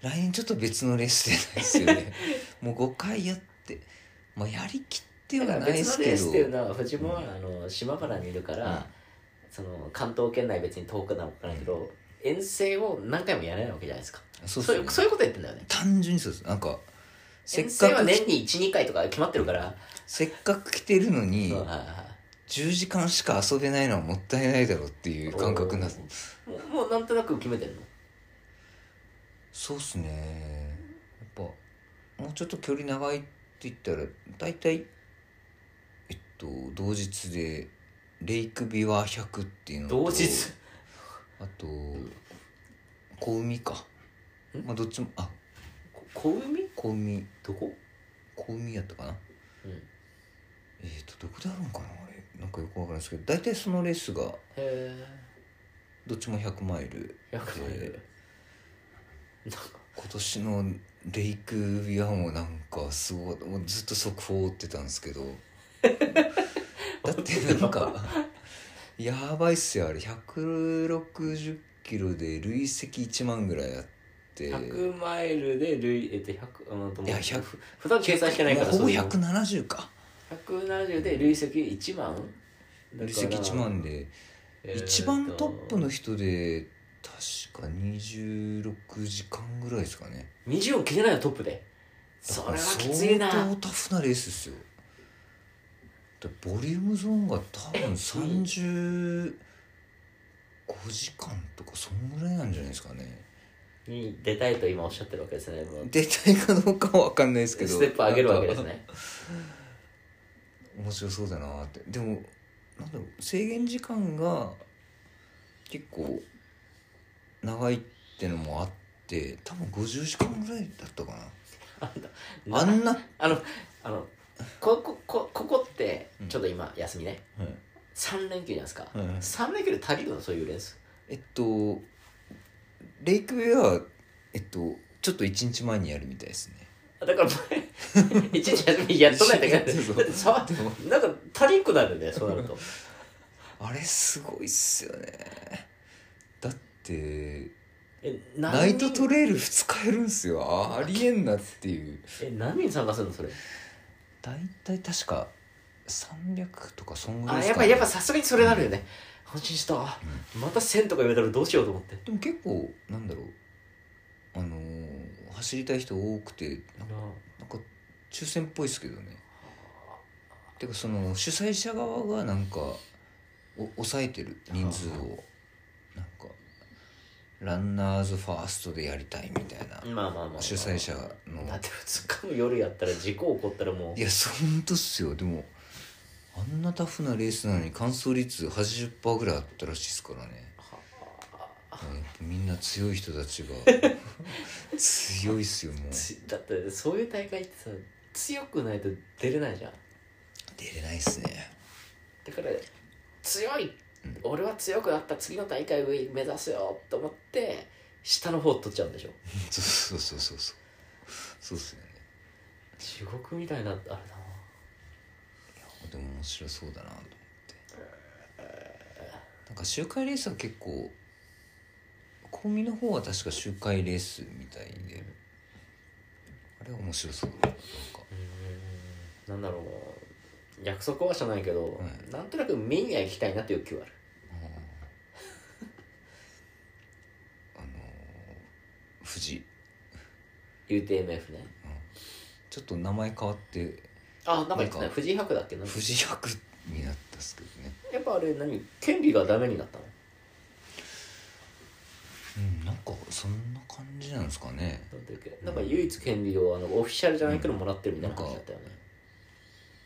S2: 来年ちょっと別のレース出ないです よねもう5回やってまあやりきっては
S1: だか
S2: な
S1: ら
S2: いで
S1: 別の
S2: すけ
S1: レー
S2: ど
S1: スっていうのは自分はあの島原にいるから、
S2: うん
S1: その関東圏内別に遠くなのかないけど、遠征を何回もやれないわけじゃないですかそ
S2: そう
S1: う
S2: そ
S1: いううそういうこと言ってんだよね
S2: 単純にそうですなんかせ
S1: 遠
S2: っ
S1: 征は
S2: かく
S1: 年に12回とか決まってるから、
S2: せっかく来てるのに
S1: そうはいはい
S2: 10時間しか遊べないのはもったいないだろうっていう感覚になって
S1: もうもうなんとなく決めてるの
S2: そうっすねやっぱもうちょっと距離長いって言ったら大体えっと同日でレイクビワ100っていうのと
S1: 同日
S2: あと小海か
S1: ん
S2: まあどっちもあ
S1: こ小海
S2: 小海
S1: どこ
S2: 小海やったかな
S1: うんへ
S2: えっ、とどこであるんかなあれなんかよくわからないですけど大体そのレースが
S1: え
S2: どっちも100マイル
S1: 100マイルなんか
S2: 今年のレイクビアもなんかすごいもうずっと速報を追ってたんです けどだってなんかやばいっすよあれ160キロで累積1万ぐらいあって
S1: 100マイルで類えっと100あのとも
S2: いや100
S1: 普段計算してないから
S2: もうほぼ
S1: そういうの
S2: 170か
S1: 170で累積1万
S2: 累積1万で一番トップの人で確か26時間ぐらいですかね
S1: 24切れないのトップでそれはきついな
S2: 相当タフなレースですよだボリュームゾーンが多分35時間とかそんぐらいなんじゃないですかね
S1: に出たいと今おっしゃってるわけですねもう
S2: 出たいかどうかは分かんないですけど
S1: ステップ上げるわけですね
S2: 面白そうだなーってでもなんだろう制限時間が結構長いってのもあって多分50時間ぐらいだったかなあんな、
S1: あのあのこここここってちょっと今休みね3連休じゃないですか、
S2: はいはい
S1: 三3連休で足りるのそういうレース
S2: えっとレイクウェアえっとちょっと1日前にやるみたいですね
S1: だから前一日休みやっとないといけない
S2: そうそう
S1: だってさ
S2: でも
S1: なんか足りんくなるねそうなると
S2: あれすごいっすよねだって
S1: え何人
S2: ナイトトレイル2日やるんすよあありえんなっていう
S1: え何人参加するのそれ
S2: 大体確か300とかそんぐらい
S1: あや
S2: です
S1: っ
S2: か
S1: ぱ
S2: ね、
S1: やっぱさすがにそれなるよね安心したわまた1000とか言われたらどうしようと思って
S2: でも結構なんだろうあのー走りたい人多くてなんかなんか抽選っぽいですけどねてかその主催者側がなんかお抑えてる人数をなんかランナーズファーストでやりたいみたいな
S1: まあまあまあまあ
S2: 主催者の
S1: だって2日の夜やったら事故起こったらもう
S2: いやそんとっすよでもあんなタフなレースなのに完走率80%ぐらいあったらしいですからねやっぱみんな強い人た ちが強いっすよもう
S1: つだってそういう大会ってさ強くないと出れないじゃん
S2: 出れないっすね
S1: だから強い、俺は強くなった次の大会を目指すよと思って下の方取っちゃうんでしょ
S2: そうそうそうそうそうそうっすよね
S1: 地獄みたいになったあれだな
S2: でも面白そうだなと思ってなんか周回レースは結構コンビの方は確か周回レースみたいであれは面白そうだななんか
S1: うーんなんだろう約束はしてないけど、
S2: ん
S1: なんとなく見には行きたいなっていう気はある
S2: あのー富士
S1: UTMF ね
S2: ちょっと名前変わって
S1: あなんか言って
S2: な
S1: た
S2: んか
S1: 藤井博だっけなんか
S2: 富士百になったっすけどね
S1: やっぱあれ何権利がダメになったの
S2: うんなんかそんな感じなんですかね
S1: なんだっけなんか唯一権利をあのオフィシャルじゃないけどもらってるみたいな感じだったよね、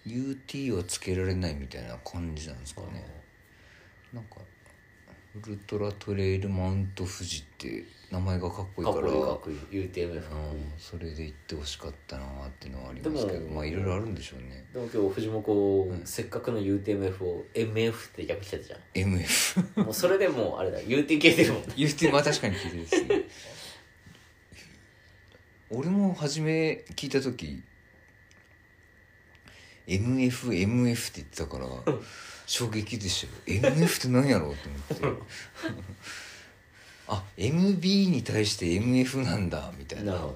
S2: UT はつけられないみたいな感じなんですかねなんかウルトラトレイルマウント富士って名前がかっこいい
S1: か
S2: か
S1: っ
S2: ら
S1: こいいかっこいい UTMF かっこいい
S2: うんそれで行ってほしかったなーってのはありますけ
S1: で
S2: ど
S1: も
S2: まあいろいろあるんでしょうね
S1: でも今日藤本こうせっかくの UTMF を MF って訳してたじゃ
S2: MF
S1: んもうそれでもうあれだ UT 系でもん
S2: UT まあ確かに聞いてです ね俺も初め聞いた時 MFMF って言ってたから衝撃でしたよ MF って何やろうと 思ってあ MB に対して MF なんだみた い
S1: な
S2: な
S1: るほ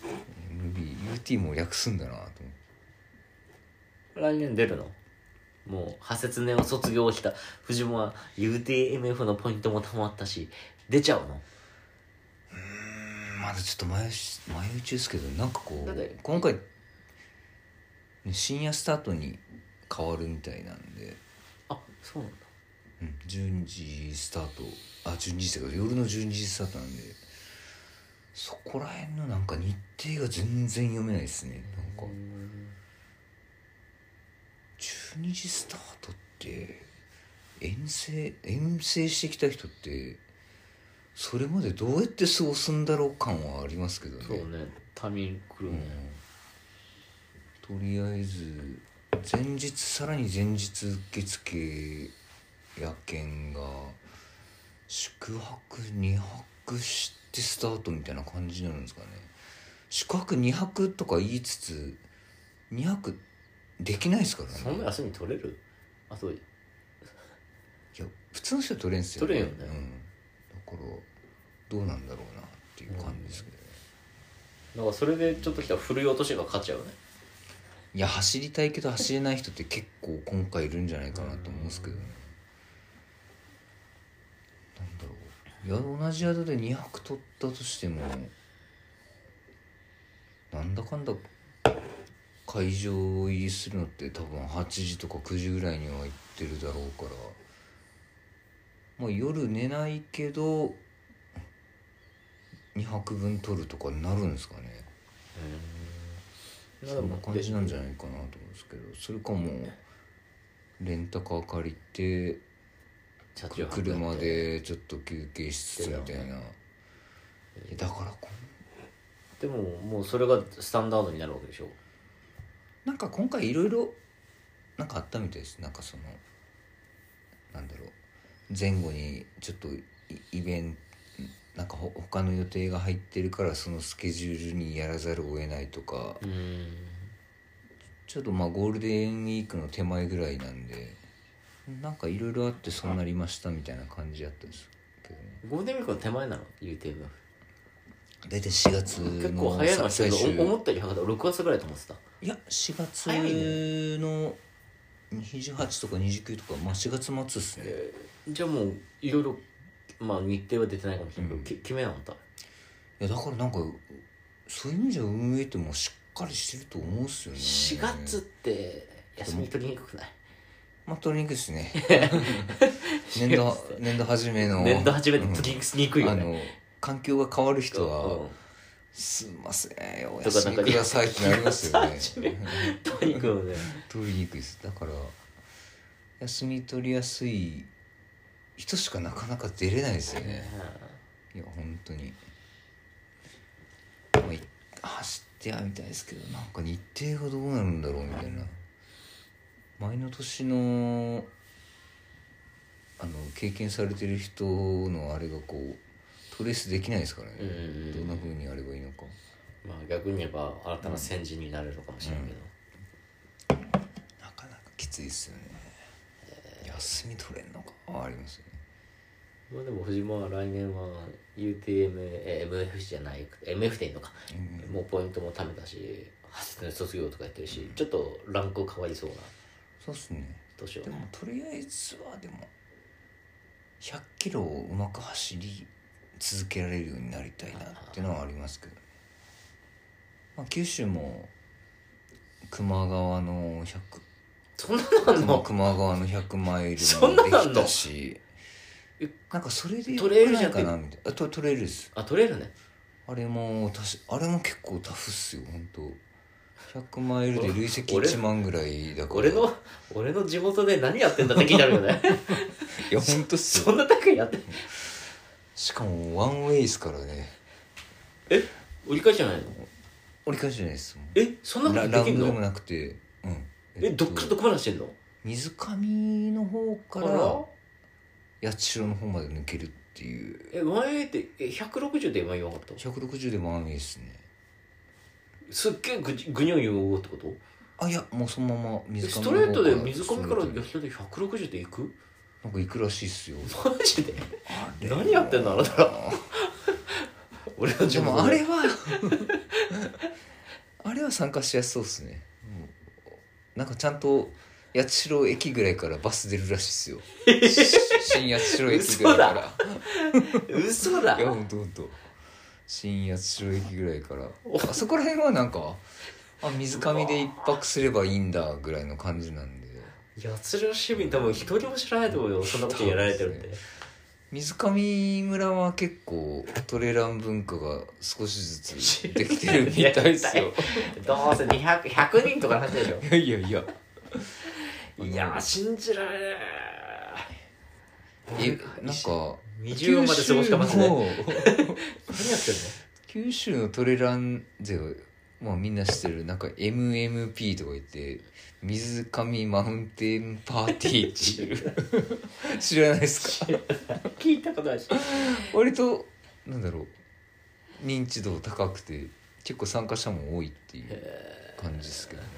S1: ど
S2: MBUT も略すんだなと思って
S1: 来年出るのもう派説年を卒業した藤本は UTMF のポイントもたまったし出ちゃうの
S2: まだちょっと前し前打ちですけどなんかこ
S1: だって
S2: う今回ね深夜スタートに変わるみたいなんで、
S1: あそうなんだ
S2: うん、12時スタートあ12時だけど夜の12時スタートなんでそこら辺のなんか日程が全然読めないですねなんか12時スタートって遠征遠征してきた人ってそれまでどうやって過ごすんだろう感はありますけどね
S1: そうねタミンクルーね
S2: とりあえず前日さらに前日受付やけんが宿泊2泊してスタートみたいな感じになるんですかね宿泊2泊とか言いつつ2泊できないですから
S1: そん
S2: ね
S1: な休み取れるあそう
S2: いや普通の人は取れんすよ、
S1: 取れんよね
S2: うん、だからどうなんだろうなっていう感じですけどね、
S1: なんかそれでちょっときたら振るい落としが勝っちゃうね
S2: いや走りたいけど走れない人って結構今回いるんじゃないかなと思うんですけどねなんだろういや同じ宿で2泊取ったとしてもなんだかんだ会場入りするのって多分8時とか9時ぐらいには行ってるだろうからまあ夜寝ないけど2泊分取るとかになるんですかねそんな感じなんじゃないかなと思うんですけどそれかもうレンタカー借りて
S1: 車中泊
S2: 車でちょっと休憩しつつみたいないやだからこん
S1: でももうそれがスタンダードになるわけでしょ
S2: なんか今回いろいろなんかあったみたいですなんかそのなんだろう前後にちょっとイイベントなんかほ他の予定が入ってるからそのスケジュールにやらざるを得ないとか
S1: うん
S2: ちょっとまあゴールデンウィークの手前ぐらいなんでなんかいろいろあってそうなりましたみたいな感じだったんですけどね
S1: ゴールデンウィークの手前なの UTM
S2: 大体4月の
S1: 結構早いのはして
S2: 最
S1: る
S2: 終
S1: けどお思ったより早かった6月ぐらいと思ってた
S2: いや4月
S1: 早い
S2: の28とか29とか、まあ、4月末っすね
S1: じゃあもういろいろまあ日程は出てないかもしれないけど、き決めなかった
S2: いやだからなんかそういう意味じゃ運営ってもうしっかりしてると思うっすよね
S1: 4月って休み取りにくくない
S2: まあ取りにくいっすね年度年度初めの
S1: 年度初めて
S2: うん
S1: つきにくいよ
S2: あ
S1: ね
S2: の環境が変わる人
S1: う
S2: は
S1: ん
S2: 「すんませんお
S1: とか
S2: 休
S1: なん
S2: み
S1: か
S2: ください」ってなりますよね
S1: 休みとにかくね
S2: 取りにくいですだから休み取りやすい人しかなかなか出れないですよねいや本当にまあい走ってやみたいですけどなんか日程がどうなるんだろうみたいな前の年のあの経験されてる人のあれがこうトレースできないですからね、
S1: うんうん
S2: どんなふうにやればいいのか
S1: まあ逆に言えば新たな先人になれるのかもしれないけど、
S2: なかなかきついですよね休み取れんのかあありますよね
S1: まあでも藤間は来年は UTMMFC じゃない MF でいいのか、もうポイントも貯めたし初の卒業とかやってるし、ちょっとランク変わりそうな
S2: そうっすね
S1: 年を
S2: でもとりあえずはでも100キロをうまく走り続けられるようになりたいなってのはありますけどね、まあ、九州も球磨川の100
S1: そんなのあんの
S2: 球磨川の100マイル
S1: そん
S2: も
S1: な
S2: で
S1: のあん
S2: き
S1: の
S2: たし
S1: え
S2: なんかそれで
S1: トレイル
S2: よく
S1: じゃ
S2: な
S1: なくて
S2: いかなみたいなあとトレイルです
S1: あ取れるね
S2: あれもたしあれも結構タフっすよ本当100マイルで累積
S1: 俺
S2: 1万ぐらいだから
S1: 俺の俺の地元で何やってんだって気になるよね
S2: いや本当っすよ
S1: そんな高いやって
S2: しかもワンウェイですからね
S1: え折り返しじゃないの
S2: 折り返しじゃないですもん
S1: えそんなこ
S2: ラ
S1: と
S2: ラ
S1: で
S2: ウ
S1: きん
S2: ンドでも
S1: の
S2: なくてうん
S1: えどっからどこまで走ってんの
S2: 水上の方か
S1: あら
S2: ら八代の方まで抜けるっていう
S1: え前ってえ160で今言わなかった
S2: 160でワンウェイですね
S1: すっげえぐじぐにょぐにょってこと
S2: あいやもうそのまま
S1: え
S2: 水上
S1: ス
S2: の
S1: ト
S2: 方
S1: レートで水上から
S2: ストレート
S1: 逆
S2: で
S1: 転で160でいく
S2: なんか行くらしいっすよ
S1: マジで
S2: あれ
S1: 何やってんのあなた ら俺の
S2: で
S1: 地
S2: も
S1: 元
S2: あれは あれは参加しやすそうっすねうんなんかちゃんと八代駅ぐらいからバス出るらしい っすよし新八代駅ぐらいから
S1: 嘘だ
S2: いやほんとほんと新八代駅ぐらいからあそこら辺はなんかあ水上で一泊すればいいんだぐらいの感じなんで
S1: 八代市民多分一人も知らないと思うよそんなことやられてるん
S2: そう
S1: で
S2: 水上村は結構トレラン文化が少しずつできてるみたいですよ
S1: どうせ200 100人とかなんでしょ
S2: いやいやいや
S1: いやー信じられね
S2: え
S1: え
S2: なんか
S1: 20まで過ごしてますね
S2: 九州の
S1: 何やってんの
S2: 九州のトレラン勢は、まあ、みんな知ってるなんか MMP とか言って水上マウンテンパーティーっていう 知らないですか
S1: 聞いたことないし
S2: 割となんだろう認知度高くて結構参加者も多いっていう感じですけどね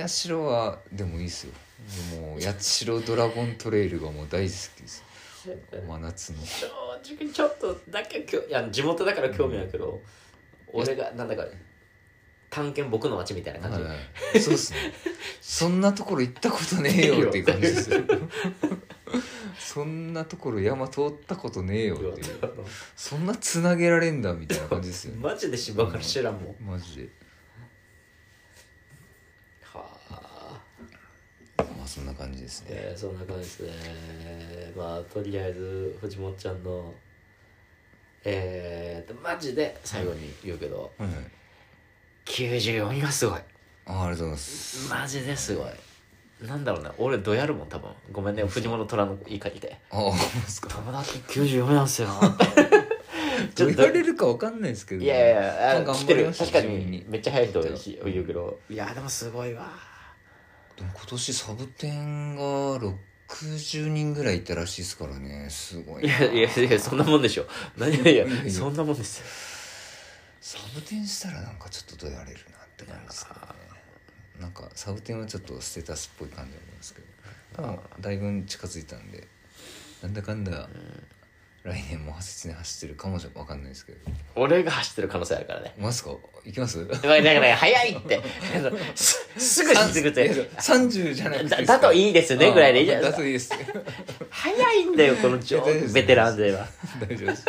S2: 八代はでもいいですよもう八代ドラゴントレイルがもう大好きです真夏の
S1: 正直ちょっとだけきょいや地元だから興味あるけど、俺がなんだか探検僕の街みたいな感じ、
S2: はい、そう ですねそんなところ行ったことねえよっていう感じですよ そんなところ山通ったことねえよっていうそんなつなげられんだみたいな感じです よね
S1: マジで芝から知らんもん、
S2: マジで
S1: はあ
S2: まあそんな感じですね
S1: えー、そんな感じですねまあとりあえず藤本ちゃんのえー、とマジで最後に言うけど、
S2: はいはい
S1: 94がすごい
S2: あありがとうございます
S1: マジですごいなんだろうな俺どやるもん多分ごめんね藤本虎の言い借りて
S2: ああですか
S1: 友達94なんすよ ち
S2: ど
S1: ょ
S2: う
S1: っ
S2: 言
S1: と
S2: われるかわかんないですけど
S1: いやいやいやあ
S2: まあ
S1: 来て
S2: 頑張り
S1: る
S2: ました
S1: 確か
S2: 自分
S1: に
S2: に
S1: めっちゃ速い人言うけどいやでもすごいわ
S2: でも今年サブテンが60人ぐらいいたらしいですからねすごい
S1: い
S2: な
S1: やいやいやそんなもんでしょ何いやいや
S2: いやいや
S1: そんなもんですよ
S2: サブテンしたらなんかちょっとどやれるなって感じですけどねなんかサブテンはちょっとステータスっぽい感じなんですけどでもだいぶ近づいたんでなんだかんだ来年も走って走ってるかもしれわかんないですけど
S1: 俺が走ってる可能性あるからね
S2: マスか行きます
S1: だから早い ってすすぐしすぐって
S2: 三十じゃなくて
S1: だだといいですねぐらいでいいじゃない
S2: で
S1: ですす
S2: か
S1: か
S2: だといいです
S1: 早いんだよこの上
S2: いや大丈夫です
S1: ベテラン勢は
S2: 大丈夫です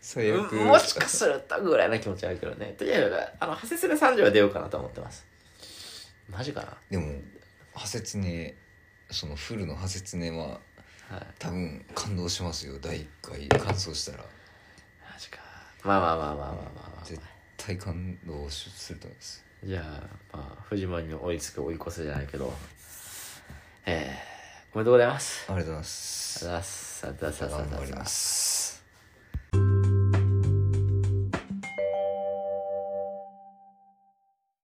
S2: 最悪
S1: もしかするとぐらいな気持ちあるけどねとりあえずあの長谷寺30は出ようかなと思ってますマジかな
S2: でも派切にそのフルの派切ねは
S1: はい
S2: 多分感動しますよ第1回感想したら
S1: マジかまあまあまあまあまあまあ、ま
S2: 絶対感動すると思います
S1: あ、じゃあまあ藤森に追いつく追い越せじゃないけどえー、おめでとうございます
S2: ありがとうございま
S1: あり
S2: す
S1: がとうございますさあさあさあさあ
S2: 頑張り
S1: さあ
S2: ます